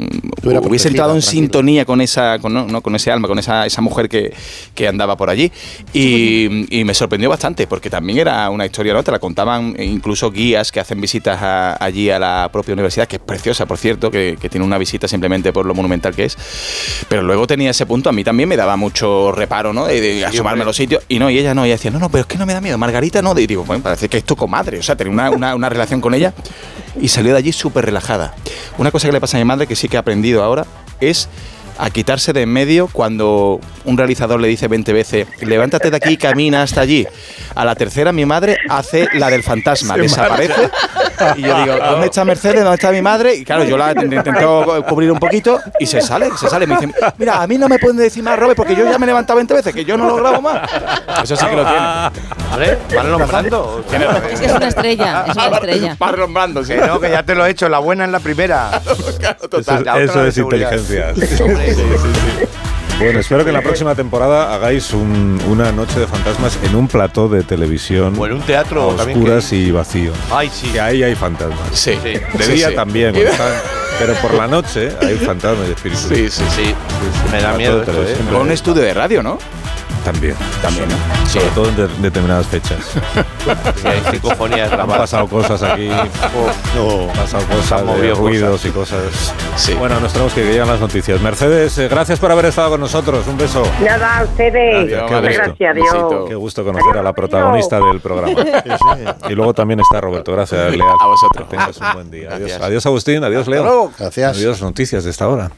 S4: protegida,
S5: entrado en
S4: tranquila.
S5: sintonía con esa, con, no, no, con ese alma, con esa, esa mujer que, que andaba por allí. Y, y me sorprendió bastante, porque también era una historia, ¿no? Te la contaban incluso guías que hacen visitas a- allí a la propia universidad, que es preciosa, por cierto, que, que tiene una visita simplemente por lo monumental que es. Pero luego tenía ese punto, a mí también me daba mucho reparo, ¿no? De, de asomarme a los sitios. Y no, y ella no, ella decía, no, no, pero es que no me da miedo, Margarita no. Y digo, bueno, parece que es tu comadre, o sea, tener una, una- una relación con ella. y salió de allí súper relajada. Una cosa que le pasa a mi madre que sí que ha aprendido ahora es a quitarse de en medio cuando un realizador le dice 20 veces, levántate de aquí y camina hasta allí. A la tercera mi madre hace la del fantasma,
S13: Se
S5: desaparece. Y yo digo, ¿dónde está Mercedes? ¿Dónde está mi madre? Y claro, yo la int- intento cubrir un poquito y se sale, se sale. Me dice, mira, a mí no me pueden decir más, Robert, porque yo ya me he levantado 20 veces, que yo no lo grabo más. Eso sí que lo tiene.
S4: ¿Vale? ¿Van nombrando?
S2: Es que es una estrella, es una estrella.
S5: Vas nombrando, sí.
S4: Que no, que ya te lo he hecho. La buena es la primera.
S1: Eso,
S4: la otra
S1: eso
S4: la de
S1: es
S4: seguridad.
S1: inteligencia. Bueno, espero que en la próxima temporada hagáis un- una noche de fantasmas en un plató de televisión.
S4: O en un teatro
S1: a
S4: también
S1: oscuras y vacío.
S4: Ay, sí.
S1: Que ahí hay fantasmas.
S5: Sí.
S1: De
S4: Sí,
S1: día
S4: sí.
S1: también, cuando están- pero por la noche hay fantasmas y espíritus.
S5: Sí, sí, sí.
S4: Me da
S1: Plató
S4: miedo
S1: de
S4: esto,
S1: televisión.
S4: ¿eh?
S5: Con un estudio de radio, ¿no?
S1: También.
S5: También,
S1: Sobre todo en de- determinadas fechas.
S4: Sí, hay psicofonías
S1: Han
S4: grabadas.
S1: pasado cosas aquí.
S4: No.
S1: Han pasado
S4: Se han
S1: cosas, de
S4: movido
S1: ruidos y cosas. Bueno, nos tenemos que ir, llegan las noticias. Mercedes, eh, gracias por haber estado con nosotros. Un beso.
S6: Nada, a ustedes.
S1: Gracias,
S6: Muchas gracias, Dios.
S1: Qué gusto conocer a la protagonista del programa. Y luego también está Roberto. Gracias, Leal.
S5: A vosotros.
S1: Que tengas un buen día. Adiós, Adiós, Agustín. Adiós, Leo.
S3: luego. Gracias.
S1: Adiós, noticias de esta hora.